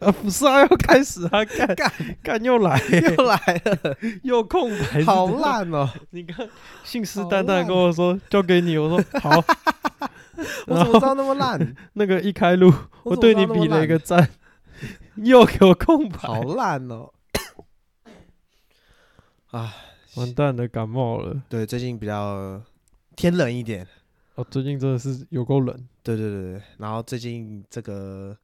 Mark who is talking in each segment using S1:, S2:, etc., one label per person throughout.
S1: 呃
S2: 啊，不是啊，要开始啊， 干
S1: 干
S2: 干又来、
S1: 又来了，
S2: 又空白，
S1: 好！烂哦！
S2: 你看，信誓
S1: 好
S2: 旦旦
S1: 烂啊
S2: 跟我说交给你，我说 好。
S1: 我
S2: 然
S1: 怎么知
S2: 后
S1: 道那么 烂？
S2: 那个一开录，我
S1: 怎么
S2: 对
S1: 知道
S2: 你
S1: 那么
S2: 比了一
S1: 烂
S2: 个赞，又给我空白，
S1: 好烂哦！啊，
S2: 完蛋了，感冒了。
S1: 对，最近比较天冷一点，
S2: 哦，最近真的是有够 冷，
S1: 对对对对。然后最近这个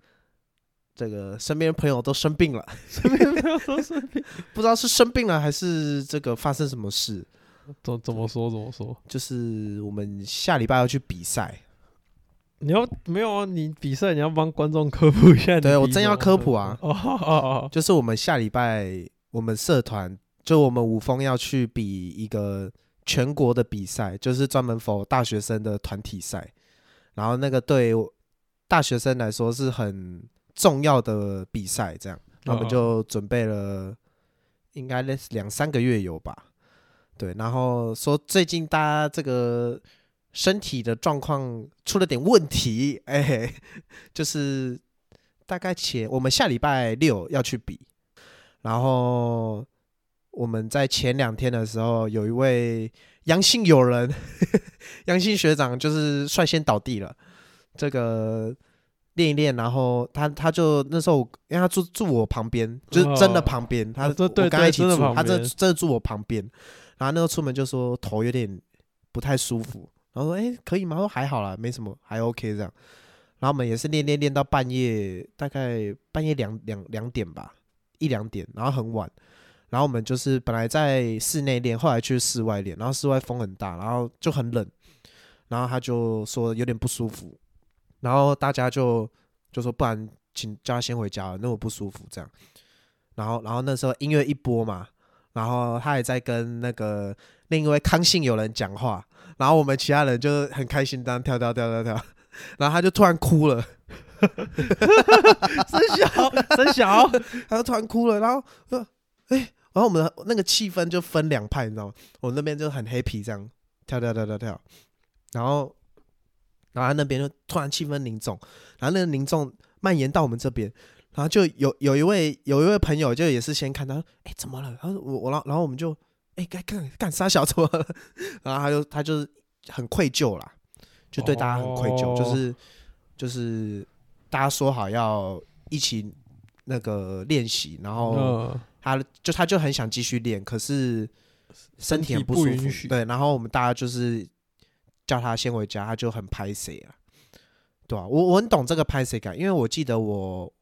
S1: 这个身边朋友都生病了，
S2: 身边没有说生病。
S1: 不知道是生病了还是这个发生什么事。
S2: 怎怎么说怎么说？
S1: 就是我们下礼拜要去比赛，
S2: 你要没有啊？你比赛你要帮观众科普一下你比什么。
S1: 对我真要科普啊
S2: 哦哦哦，
S1: 就是我们下礼拜我们社团就我们五峰要去比一个全国的比赛，就是专门 for 大学生的团体赛。然后那个对我大学生来说是很重要的比赛，这样那我
S2: 嗯
S1: 们就准备了应该类似两三个月有吧。对，然后说最近大家这个身体的状况出了点问题， 哎、就是大概前我们下礼拜六要去比，然后我们在前两天的时候，有一位阳性友人， 阳性学长就是率先倒地了，这个。练一练，然后他他就那时候，因为他住住我旁边，就是真的
S2: 哦
S1: 旁边，他
S2: 哦这
S1: 我
S2: 对
S1: 跟他
S2: 对
S1: 一起
S2: 真的
S1: 住，
S2: 旁
S1: 他真的
S2: 边
S1: 真的住我旁边，然后那时候出门就说头有点不太舒服，然后说哎、诶可以吗？他说还好啦，没什么，还 OK 这样。然后我们也是练练练到半夜，大概半夜两两两点吧，一两点，然后很晚。然后我们就是本来在室内练，后来去室外练，然后室外风很大，然后就很冷，然后他就说有点不舒服，然后大家就就说不然请叫他先回家了，那我不舒服这样。然后然后那时候音乐一播嘛，然后他也在跟那个另一位康姓友人讲话，然后我们其他人就很开心，当跳跳跳跳跳，然后他就突然哭了，
S2: 真小 真小，
S1: 他就突然哭了，然后呃，哎、然后我们的那个气氛就分两派，你知道吗？我那边就很 happy 这样跳跳跳跳跳，然后然后他那边就突然气氛凝重，然后那个凝重蔓延到我们这边，然后就有有一位有一位朋友就也是先看到，哎、怎么了？然后我我然后然后我们就哎干干干傻小怎么了？ 然后他就他就是很愧疚啦，就对大家很愧疚，
S2: 哦
S1: 就是就是大家说好要一起那个练习，然后。
S2: 嗯，
S1: 他就他就很想继续练，可是身
S2: 身
S1: 体
S2: 体
S1: 很不
S2: 不
S1: 舒
S2: 允
S1: 服。
S2: 许
S1: 对，然后我们大家就是叫他先回家，他就很拍谁了，对啊，我我很懂这个拍谁感，因为我记得我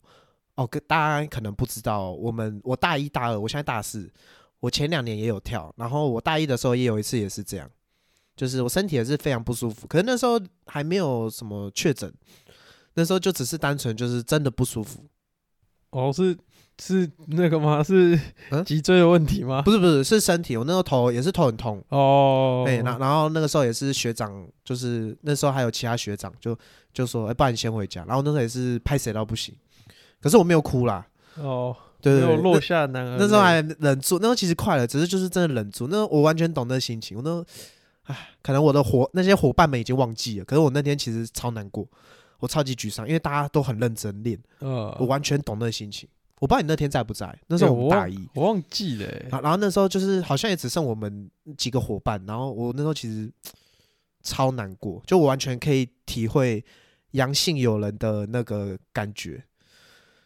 S1: 哦，跟大家可能不知道，我们我大一大二，我现在大四，我前两年也有跳，然后我大一的时候也有一次也是这样，就是我身体也是非常不舒服，可是那时候还没有什么确诊，那时候就只是单纯就是真的不舒服，
S2: 哦是是那个吗？是
S1: 嗯
S2: 脊椎的问题吗？
S1: 不是不是是身体，我那时候头也是头很痛。
S2: 哦，
S1: 对，然然后哎那个时候也是学长，就是那时候还有其他学长就就说，哎、不然你先回家。然后那时候也是拍谁到不行，可是我没有哭啦，
S2: 哦，
S1: 对
S2: 没
S1: 对
S2: 有
S1: 对
S2: 落下男儿泪。
S1: 那那时候还忍住，那时候其实快了，只是就是真的忍住。那时候我完全懂那心情，我那时候，唉，可能我的伙那些伙伴们已经忘记了，可是我那天其实超难过，我超级沮丧，因为大家都很认真练，
S2: 呃，
S1: 我完全懂那心情。我不知道你那天在不在，那时候我们
S2: 哎
S1: 大一，
S2: 我忘记了欸。
S1: 然然后那时候就是好像也只剩我们几个伙伴，然后我那时候其实超难过，就我完全可以体会阳性友人的那个感觉，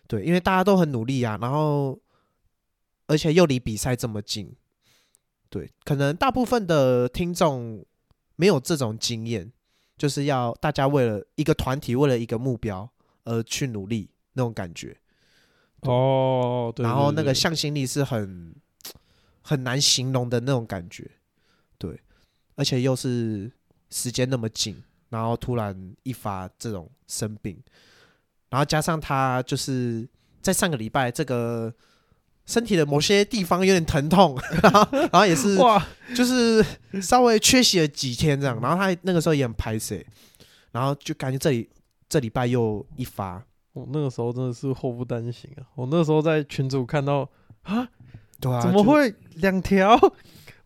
S1: 对，因为大家都很努力啊，然后而且又离比赛这么近，对，可能大部分的听众没有这种经验，就是要大家为了一个团体，为了一个目标而去努力那种感觉，
S2: 哦，对。
S1: 然后
S2: 对
S1: 那
S2: 对
S1: 个向心力是很很难形容的那种感觉，对，而且又是时间那么紧，然后突然一发这种生病，然后加上他就是在上个礼拜这个身体的某些地方有点疼痛， 然后然后也是
S2: 哇，
S1: 就是稍微缺席了几天这样，然后他那个时候也很排斥，然后就感觉这里这礼拜又一发，
S2: 我那个时候真的是祸不单行啊！我那时候在群组看到啊，
S1: 对啊，
S2: 怎么
S1: 就
S2: 会两条？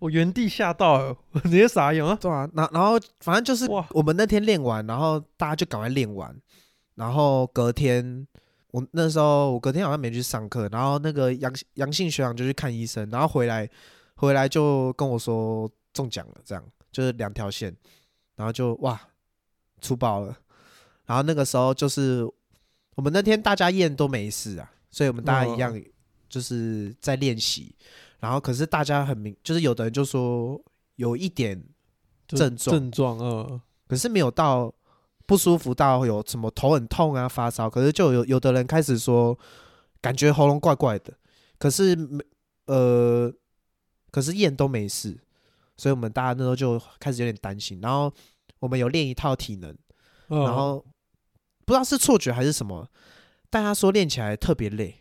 S2: 我原地吓到了，我直接傻眼啊！
S1: 对啊，然然后反正就是
S2: 哇
S1: 我们那天练完，然后大家就赶快练完，然后隔天我那时候我隔天好像没去上课，然后那个阳阳性学长就去看医生，然后回来回来就跟我说中奖了，这样就是两条线，然后就哇出包了，然后那个时候就是我们那天大家验都没事啊，所以我们大家一样就是在练习，然后可是大家很明，就是有的人就说有一点，
S2: 就
S1: 症状
S2: 症状呃，
S1: 可是没有到不舒服到有什么头很痛啊、发烧，可是就有有的人开始说感觉喉咙怪怪的，可是没呃，可是验都没事，所以我们大家那时候就开始有点担心，然后我们有练一套体能，
S2: 嗯
S1: 然后不知道是错觉还是什么，但他说练起来特别累，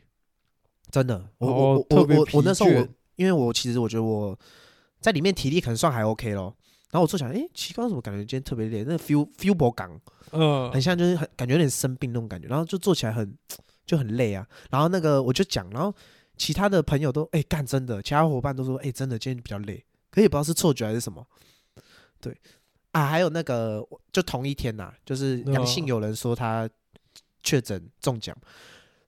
S1: 真的，我、我
S2: 哦
S1: 我
S2: 特别
S1: 我我我
S2: 疲
S1: 那时候我
S2: 倦
S1: 因为我其实我觉得我在里面体力可能算还 OK 咯。然后我就想，哎，奇怪，为什么感觉今天特别累？那个 feel feel 不感
S2: 嗯
S1: 很像，就是很感觉有点生病那种感觉，然后就做起来很就很累啊。然后那个我就讲，然后其他的朋友都哎干真的，其他伙伴都说哎真的今天比较累，可也不知道是错觉还是什么。对啊，还有那个就同一天呐、就是阳性
S2: 嗯
S1: 有人说他确诊中奖，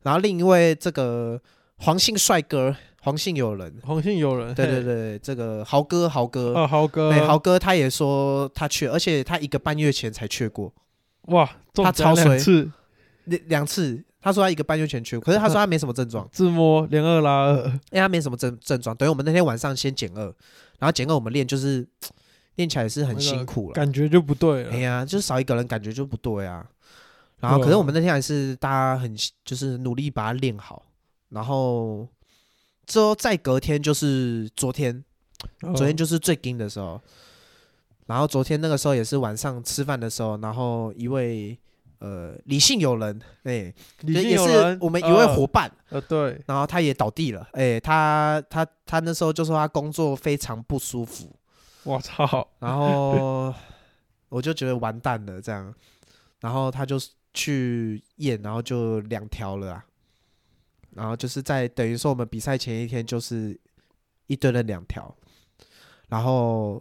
S1: 然后另一位这个黄姓帅哥黄姓友人，
S2: 黄信友人，
S1: 对
S2: 嘿
S1: 对，对，这个豪哥豪哥。
S2: 啊豪哥，
S1: 对，哎豪哥他也说他确，而且他一个半月前才确过，
S2: 哇，中
S1: 他
S2: 奖
S1: 超
S2: 两
S1: 衰
S2: 次，
S1: 两两次，他说他一个半月前去，
S2: 嗯
S1: 可是他说他没什么症状，
S2: 自摸连二拉二，
S1: 因为他没什么症症状。等于我们那天晚上先减二，然后减二我们练就是练起来是很辛苦了。
S2: 感觉就不对了，
S1: 哎呀，就是少一个人感觉就不对啊。然后
S2: 对啊
S1: 可是我们那天还是大家很就是努力把它练好，然后之后再隔天就是昨天，
S2: 嗯
S1: 昨天就是最惊的时候。然后昨天那个时候也是晚上吃饭的时候，然后一位呃理性友人，哎、
S2: 李
S1: 就
S2: 信
S1: 也
S2: 友
S1: 是
S2: 人，
S1: 我们一位
S2: 呃
S1: 伙伴，
S2: 呃对，
S1: 然后他也倒地了。哎、他他他那时候就说他工作非常不舒服，
S2: 我操，
S1: 然后我就觉得完蛋了这样，然后他就去验，然后就两条了啊。然后就是在等于说我们比赛前一天就是一堆人两条，然后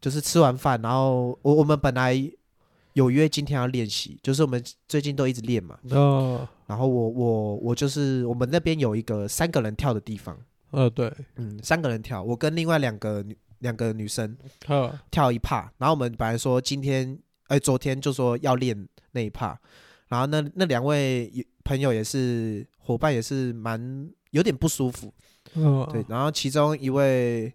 S1: 就是吃完饭，然后我我们本来有约今天要练习，就是我们最近都一直练嘛，
S2: 呃
S1: 然后我我我就是我们那边有一个三个人跳的地方，
S2: 呃对，
S1: 嗯，三个人跳，我跟另外两个女两个女生
S2: 呃
S1: 跳一趴，然后我们本来说今天哎昨天就说要练那一趴，然后那那两位也朋友也是伙伴也是蛮有点不舒服，
S2: 呃
S1: 对，然后其中一位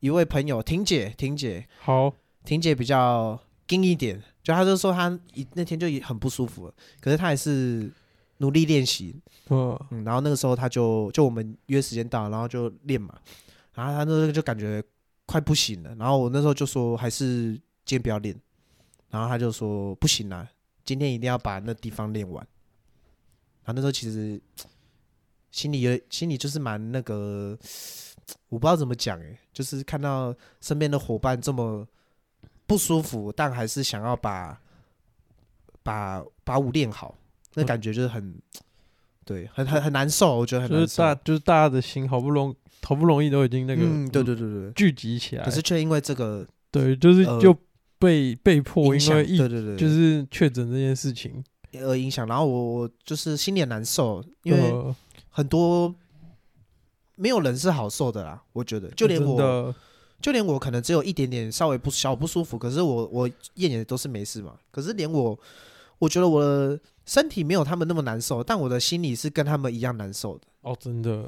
S1: 一位朋友婷姐婷姐
S2: 好，
S1: 婷姐比较硬一点，就她就说她一那天就也很不舒服了，可是她还是努力练习，
S2: 呃
S1: 嗯，然后那个时候他就就我们约时间到，然后就练嘛，然后他那时候就感觉快不行了，然后我那时候就说还是今天不要练，然后他就说不行啦，今天一定要把那地方练完。然后那时候其实心里有心里就是蛮那个，我不知道怎么讲诶、就是看到身边的伙伴这么不舒服，但还是想要把把把舞练好，那
S2: 嗯
S1: 感觉就是很。对，很很很难受，我觉得很
S2: 就
S1: 难
S2: 是
S1: 受。
S2: 大就是大家的心好不容好不容易都已经那个
S1: 嗯，对对对对。
S2: 聚集起来，
S1: 可是却因为这个
S2: 对，就是
S1: 呃
S2: 就被被迫
S1: 影
S2: 因
S1: 响，
S2: 为
S1: 对
S2: 疫
S1: 对对，
S2: 就是确诊这件事情，
S1: 呃影响，然后我我就是心里很难受，因为
S2: 呃
S1: 很多没有人是好受的啦，我觉得，就连
S2: 真
S1: 我，
S2: 的
S1: 就连我可能只有一点点稍微不小不舒服，可是我我验也都是没事嘛，可是连我，我觉得我的身体没有他们那么难受，但我的心里是跟他们一样难受的。
S2: 哦真的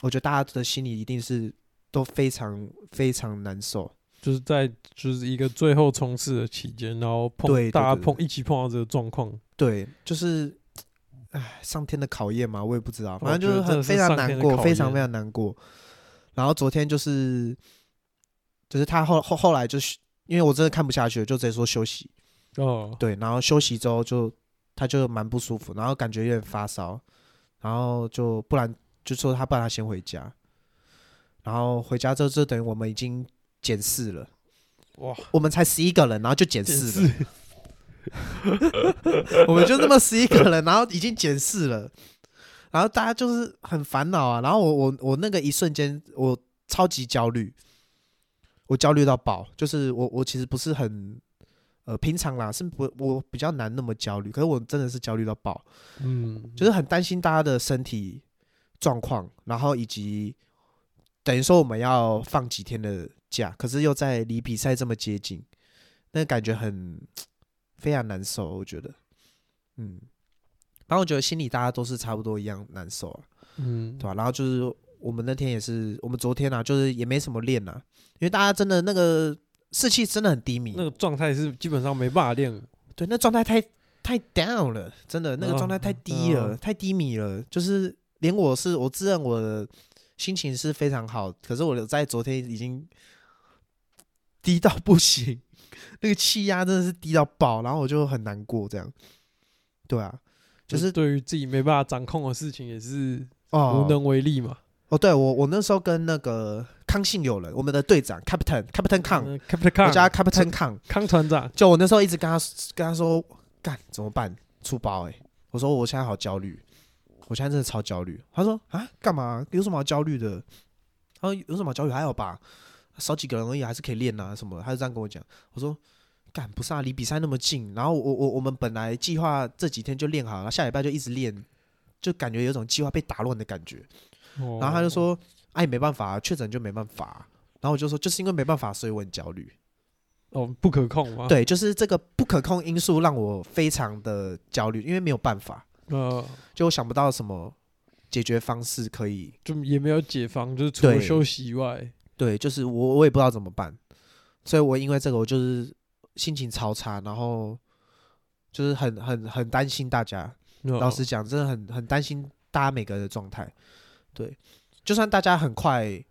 S1: 我觉得大家的心里一定是都非常非常难受。
S2: 就是在就是一个最后冲刺的期间，然后
S1: 对
S2: 碰
S1: 对
S2: 大家
S1: 对
S2: 碰一起碰到这个状况，
S1: 对，就是，唉，上天的考验嘛，我也不知道，反
S2: 我
S1: 正就
S2: 觉得
S1: 是
S2: 真
S1: 很
S2: 哦的是上
S1: 非常难
S2: 天的
S1: 过，
S2: 考
S1: 非常
S2: 验
S1: 非常难过。然后昨天就是，就是他后后后来就是因为我真的看不下去了，就直接说休息。
S2: 哦
S1: 对，然后休息之后就他就蛮不舒服，然后感觉有点发烧，然后就不然就说他不然他先回家，然后回家之后就等于我们已经减四了，
S2: 哇，
S1: 我们才十一个人，然后就减
S2: 真
S1: 四了。
S2: 是
S1: 我们就这么十一个人，然后已经减四了，然后大家就是很烦恼啊。然后我我我那个一瞬间，我超级焦虑，我焦虑到爆，就是我我其实不是很，呃，平常啦是不我比较难那么焦虑，可是我真的是焦虑到爆，
S2: 嗯，
S1: 就是很担心大家的身体状况，然后以及等于说我们要放几天的假，可是又在离比赛这么接近，那感觉很非常难受，我觉得，嗯，然后我觉得心里大家都是差不多一样难受啊，
S2: 嗯，
S1: 对吧、然后就是我们那天也是，我们昨天啊，就是也没什么练啊，因为大家真的那个士气真的很低迷，啊
S2: 那个状态是基本上没办法练了，
S1: 对，那状态太太 down 了，真的那个
S2: 哦
S1: 状态太低了，太低迷了，就是连我是我自认我的心情是非常好，可是我在昨天已经低到不行，那个气压真的是低到爆，然后我就很难过这样，对啊，就是
S2: 对于自己没办法掌控的事情也是
S1: 哦
S2: 无能为力嘛。
S1: 哦，对我我那时候跟那个康信友人，我们的队长 Captain Captain 康，
S2: 嗯，Captain
S1: 我叫他
S2: 康
S1: Captain 康，
S2: 康船长，
S1: 就我那时候一直跟他跟他说，干怎么办？出包哎、欸！我说我现在好焦虑，我现在真的超焦虑。他说啊，干嘛？有什么好焦虑的？他说有什么好焦虑？还好吧，少几个人而已，还是可以练啊什么的。他就这样跟我讲。我说干不是啊，离比赛那么近，然后我我我们本来计划这几天就练好了，下礼拜就一直练，就感觉有种计划被打乱的感觉。
S2: 哦
S1: 然后他就说，哎、没办法、啊，确诊就没办法啊、然后我就说，就是因为没办法，所以我很焦虑。
S2: 哦，不可控嘛。，
S1: 对，就是这个不可控因素让我非常的焦虑，因为没有办法，
S2: 呃，
S1: 就我想不到什么解决方式可以。
S2: 就也没有解放，就是除了
S1: 对
S2: 休息以外，
S1: 对，就是我我也不知道怎么办，所以我因为这个我就是心情超差，然后就是很很很担心大家。
S2: 老
S1: 老实讲，真的很很担心大家每个人的状态。对，就算大家很快，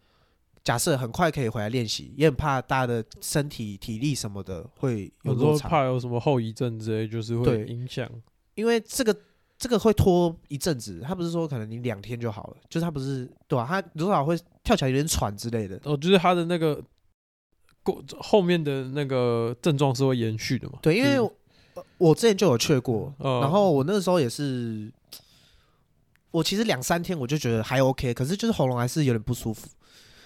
S1: 假设很快可以回来练习，也很怕大家的身体体力什么的会有
S2: 有时
S1: 落
S2: 候
S1: 差。
S2: 怕有什么后遗症之类，就是会
S1: 对
S2: 影响。
S1: 因为这个这个会拖一阵子，他不是说可能你两天就好了，就是他不是对吧、他多少会跳起来有点喘之类的。
S2: 哦，就是他的那个过后面的那个症状是会延续的嘛？
S1: 对，因为
S2: 就是
S1: 我,、呃我之前就有去过，
S2: 呃
S1: 然后我那时候也是，我其实两三天我就觉得还 OK，可是就是喉咙还是有点不舒服。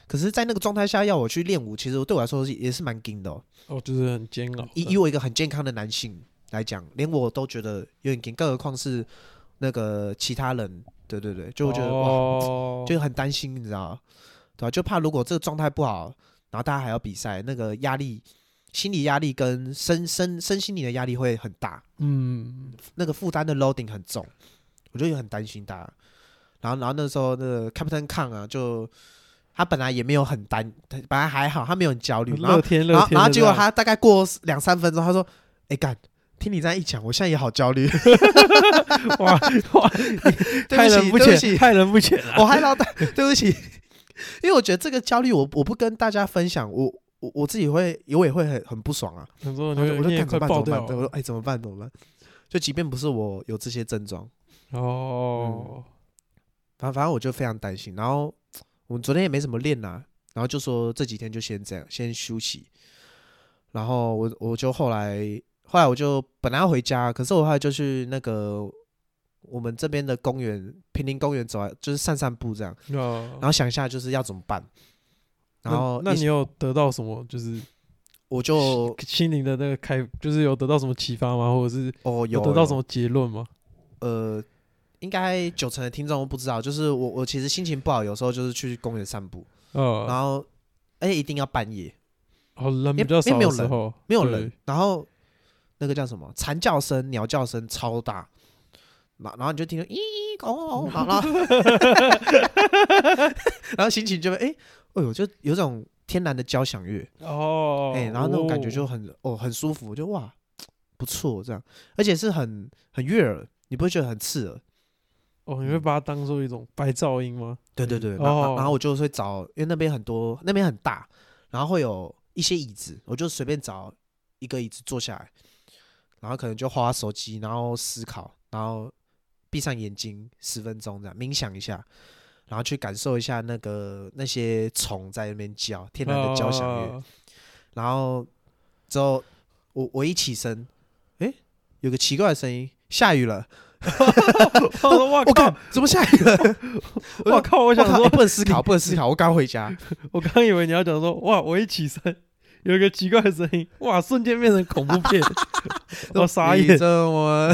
S1: 可是，在那个状态下要我去练舞，其实对我来说是也是蛮紧的、哦。
S2: 哦，就是很煎熬的。
S1: 以以我一个很健康的男性来讲，连我都觉得有点紧，更何况是那个其他人。对对对，就我觉得、哇，
S2: 哦，
S1: 就很担心，你知道吗对啊吧、就怕如果这个状态不好，然后大家还要比赛，那个压力、心理压力跟身身身心理的压力会很大，
S2: 嗯，
S1: 那个负担的 loading 很重，我就也很担心大家。然后，然后那时候那个 Captain Kang 啊，就他本来也没有很担，他本来还好，他没有很焦虑，然
S2: 乐
S1: 后
S2: 天
S1: 然
S2: 乐
S1: 后
S2: 天
S1: 然后
S2: 的
S1: 结
S2: 这
S1: 果
S2: 样
S1: 他大概过两三分钟，他说：“哎干，听你这样一讲，我现在也好焦 虑，
S2: 哇哇，害
S1: 对不
S2: 人
S1: 起，
S2: 不
S1: 对不起
S2: 浅，，害人不浅啊！
S1: 我害到大， 对不起，因为我觉得这个焦虑我，我不跟大家分享，我我我自己会，我也会很很不爽啊。
S2: 我说
S1: 然后
S2: 你
S1: 我就我
S2: 哦你
S1: 就
S2: 也
S1: 看怎
S2: 快
S1: 么办怎
S2: 爆掉
S1: 么办？对我
S2: 了
S1: 说哎怎么办怎么办？就即便不是我有这些症状，嗯
S2: 哦，
S1: 反反正我就非常担心。然后我们昨天也没怎么练啦、然后就说这几天就先这样，先休息。然后我我就后来后来我就本来要回家，可是我后来就去那个我们这边的公园，平林公园走来，就是散散步这样。
S2: 然
S1: 然后想一下就是要怎么办，然后
S2: 那
S1: 一
S2: 你有得到什么？就是
S1: 我就
S2: 心灵的那个开，就是有得到什么启发吗？或者是
S1: 哦有
S2: 有得到什
S1: 有
S2: 么结论吗？
S1: 呃，应该九成的听众都不知道，就是我我其实心情不好，有时候就是去公园散步，
S2: 呃，
S1: 然后而且一定要半夜
S2: 哦，人
S1: 因为
S2: 比较
S1: 因为
S2: 少
S1: 没有
S2: 的时
S1: 人
S2: 候，
S1: 没有
S2: 对
S1: 人，然后那个叫什么蝉叫声、鸟叫声超大。然然后你就听到咦哦哦，然后 然后心情就会哎，哎呦，就有种天然的交响乐，
S2: 哦，
S1: 哎、然后那种感觉
S2: 哦
S1: 就很哦很舒服，就哇不错这样，而且是很很悦耳，你不会觉得很刺耳？
S2: 哦，你会把它当做一种白噪音吗？
S1: 对对对，
S2: 嗯
S1: 然后、
S2: 哦
S1: 然后我就会找，因为那边很多，那边很大，然后会有一些椅子，我就随便找一个椅子坐下来，然后可能就划手机，然后思考，然后闭上眼睛十分钟这样冥想一下，然后去感受一下那个那些虫在那边叫，天然的交响乐。
S2: 啊
S1: 然后之后我我一起身，诶，有个奇怪的声音，下雨了，
S2: 我说哇
S1: 我
S2: 靠
S1: 靠，，怎么下雨了？我
S2: 我
S1: 就
S2: 靠！我
S1: 我
S2: 想
S1: 靠，诶
S2: 说，
S1: 不能思考，不能思考，我刚回家。
S2: 我刚以为你要讲说哇，我一起身有一个奇怪的声音，哇，瞬间变成恐怖 片， 我傻
S1: 你
S2: 眼，
S1: 这么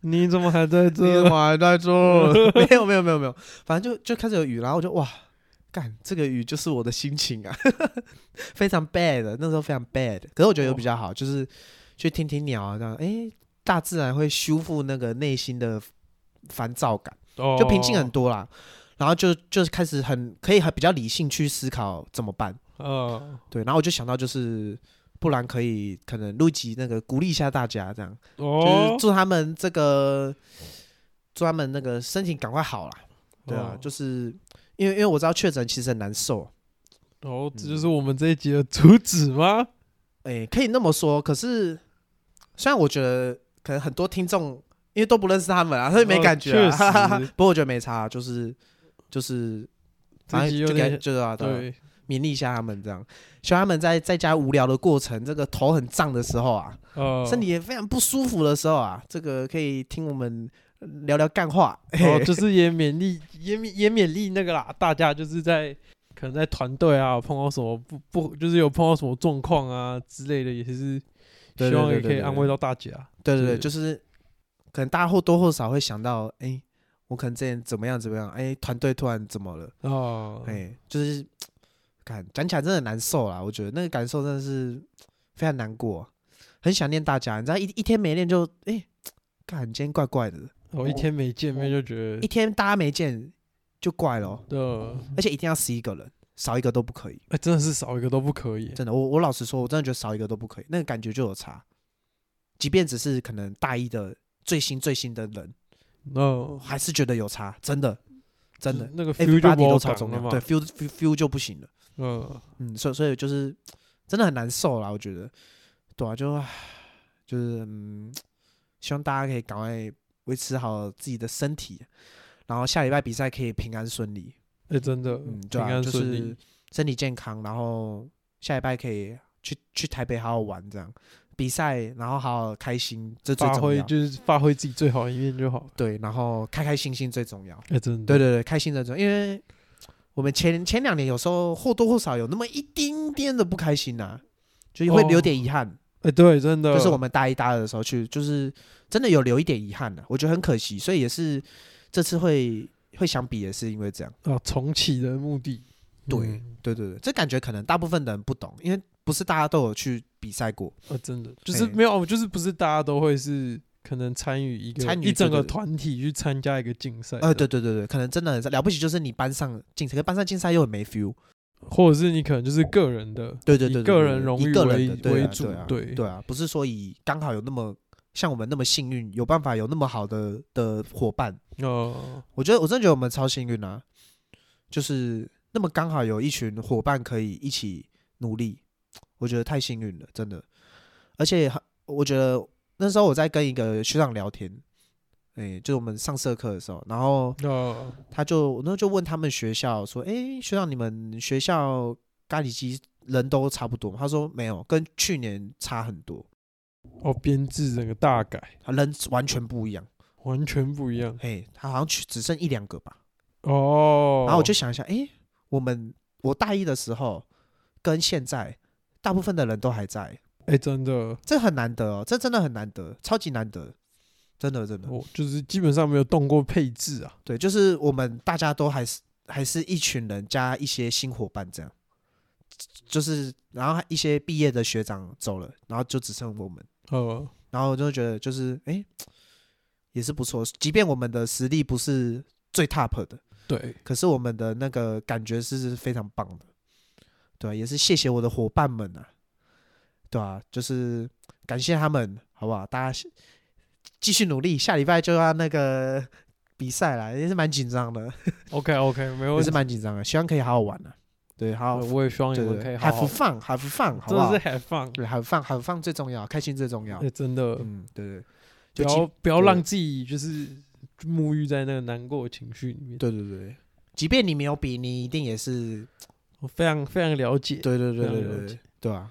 S2: 你怎么还在
S1: 你 怎
S2: 这？
S1: 么还在做？没有没有没有没有，反正就就开始有雨，然后我就哇，干这个雨就是我的心情啊， 非常 bad，那时候非常 bad。可是我觉得有比较好，就是去听听鸟啊，这样哎、诶大自然会修复那个内心的烦躁感，
S2: 哦
S1: 就平静很多啦。然后就就是开始很可以很比较理性去思考怎么办，
S2: 哦，呃，
S1: 对。然后我就想到就是。不然可以可能录集那个鼓励一下大家这样，就是
S2: 哦，
S1: 祝他们这个，祝他们那个身体赶快好啦。对啊，
S2: 哦
S1: 就是因为因为我知道确诊其实很难受，
S2: 哦，
S1: 嗯
S2: 这就是我们这一集的主旨吗？
S1: 哎、可以那么说。可是虽然我觉得可能很多听众因为都不认识他们啊，所以没
S2: 哦
S1: 感觉、啊。
S2: 确
S1: 哈哈哈
S2: 实
S1: 不过我觉得没差啊，就是就是，
S2: 这
S1: 反
S2: 集
S1: 正
S2: 有
S1: 就给
S2: 点
S1: 就是啊，对啊
S2: 对，
S1: 勉励一下他们这样，希望他们在在家无聊的过程，这个头很胀的时候啊，
S2: 呃，
S1: 身体也非常不舒服的时候啊，这个可以听我们呃聊聊干话。
S2: 哦，就是也勉励，也勉也勉励那个啦，大家就是在可能在团队啊碰到什么不不，就是有碰到什么状况啊之类的，也是
S1: 对对
S2: 希望
S1: 对
S2: 也
S1: 对
S2: 可以
S1: 对
S2: 安
S1: 对
S2: 慰到大家。
S1: 对对对，
S2: 对
S1: 就是可能大家或多或少会想到，哎、我可能之前怎么样怎么样，哎、团队突然怎么了，
S2: 哦，
S1: 哎、就是看讲起来真的很难受啦，我觉得那个感受真的是非常难过，很想念大家，你知道一一天没练就，哎、感今天怪怪的，
S2: 我哦一天没见面就觉
S1: 哦一
S2: 得，
S1: 天大家没见就怪咯，
S2: 呃，
S1: 而且一定要十一个人，少一个都不可以，
S2: 哎，真的是少一个都不可以。
S1: 真的，我我老实说，我真的觉得少一个都不可以，那个感觉就有差，即便只是可能大一的最新最新的人。
S2: 那
S1: 还是觉得有差，真的，真的
S2: 就是哦那个 feel 就
S1: ，everybody
S2: 不
S1: 都
S2: 好
S1: 超
S2: 感
S1: 重
S2: 了
S1: 要，
S2: 嘛。
S1: 对，feel feel feel 就不行了，
S2: 嗯，
S1: 嗯，所以所以就是真的很难受啦，我觉得，对啊，就唉就是嗯，希望大家可以赶快维持好自己的身体，然后下礼拜比赛可以平安顺利，
S2: 哎，真的，
S1: 嗯，对
S2: 平
S1: 啊，
S2: 安
S1: 就
S2: 顺
S1: 是
S2: 利。
S1: 身体健康，然后下礼拜可以去去台北好好玩这样，比赛然后好好开心，这最
S2: 发
S1: 重
S2: 挥
S1: 要，
S2: 就是发挥自己最好的一面就好。
S1: 对，然后开开心心最重要。
S2: 哎，真的，
S1: 对对对，开心的种，因为我们前前两年有时候或多或少有那么一丁点的不开心呐、就是会留
S2: 哦
S1: 点遗憾。
S2: 哎，对，真的，
S1: 就是我们大一、大二的时候去，就是真的有留一点遗憾的、啊我觉得很可惜，所以也是这次会会想比，也是因为这样。
S2: 啊重启的目的。
S1: 对
S2: 嗯
S1: 对对对，这感觉可能大部分的人不懂，因为不是大家都有去比赛过，
S2: 啊，真的就是
S1: 嘿
S2: 没有，就是不是大家都会是可能参与一个
S1: 参与
S2: 一整
S1: 对
S2: 个
S1: 对对
S2: 团体去参加一个竞赛，
S1: 呃，对，对对对，可能真的很少了不起，就是你班上竞赛，可班上竞赛又很没 feel，
S2: 或者是你可能就是个人的，
S1: 对对对，
S2: 以
S1: 对
S2: 个
S1: 对
S2: 人
S1: 对
S2: 荣
S1: 以
S2: 誉
S1: 个人
S2: 为
S1: 的对
S2: 为
S1: 啊
S2: 主
S1: 对啊
S2: 对
S1: 对啊，不是说以刚好有那么像我们那么幸运，有办法有那么好的的伙伴。
S2: 呃，
S1: 我觉得我真的觉得我们超幸运啊，就是那么刚好有一群伙伴可以一起努力，我觉得太幸运了，真的。而且很我觉得那时候我在跟一个学长聊天，哎、就是我们上社课的时候，然后
S2: 呃，
S1: 他就我那时候就问他们学校说，诶，学长你们学校咖喱鸡人都差不多吗？他说没有，跟去年差很多，
S2: 哦，编制整个大改，
S1: 他人完全不一样。
S2: 完全不一样
S1: 嘿，他好像去只剩一两个吧。
S2: 哦。
S1: 然后我就想一下，诶，我们我大一的时候跟现在大部分的人都还在，
S2: 哎，真的，
S1: 这很难得哦，这真的很难得，超级难得，真的真的。
S2: 我就是基本上没有动过配置啊，
S1: 对，就是我们大家都还是还是一群人加一些新伙伴这样，就是然后一些毕业的学长走了，然后就只剩我们，
S2: 呃，
S1: 然后我就觉得就是哎、诶也是不错，即便我们的实力不是最 top 的，
S2: 对，
S1: 可是我们的那个感觉是非常棒的，对啊、也是谢谢我的伙伴们啊，对啊，就是感谢他们，好不好？大家是继续努力，下礼拜就要那个比赛了，也是蛮紧张的，
S2: OK OK，没
S1: 也
S2: 问
S1: 是
S2: 题。
S1: 蛮紧张的，希望可以好好玩啊。对，好
S2: 呃
S1: 好，
S2: 我也希望你
S1: 对
S2: 们
S1: 对
S2: 可以
S1: 对，
S2: 好
S1: 还不
S2: 好，
S1: 放，还不放，好
S2: 真
S1: 不
S2: 的
S1: 好
S2: 是？还放，
S1: 对，还放，还放最重要，开心最重要
S2: 哎，。真的，
S1: 嗯，对对，
S2: 不
S1: 就
S2: 要
S1: 即
S2: 不要
S1: 对
S2: 让自己就是沐浴在那个难过的情绪里面。
S1: 对对对，即便你没有比，你一定也是，
S2: 我非常非常了解，
S1: 对对对
S2: 非常
S1: 对
S2: 了
S1: 对
S2: 解
S1: 对，对啊，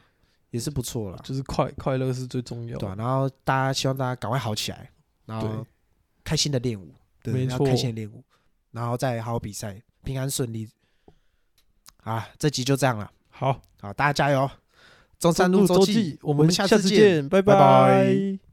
S1: 也是不错啦。
S2: 就是快快乐是最重要
S1: 对、啊，
S2: 的。
S1: 然后大家希望大家赶快好起来，然后
S2: 对
S1: 开心的练舞，对，
S2: 没
S1: 要
S2: 错
S1: 开心的练舞，然后再好好比赛，平安顺利。啊，这集就这样了，
S2: 好，
S1: 好，大家加油，哦中山路
S2: 周
S1: 记，
S2: 我
S1: 们
S2: 们
S1: 下
S2: 下
S1: 次
S2: 次见，拜
S1: 拜拜
S2: 拜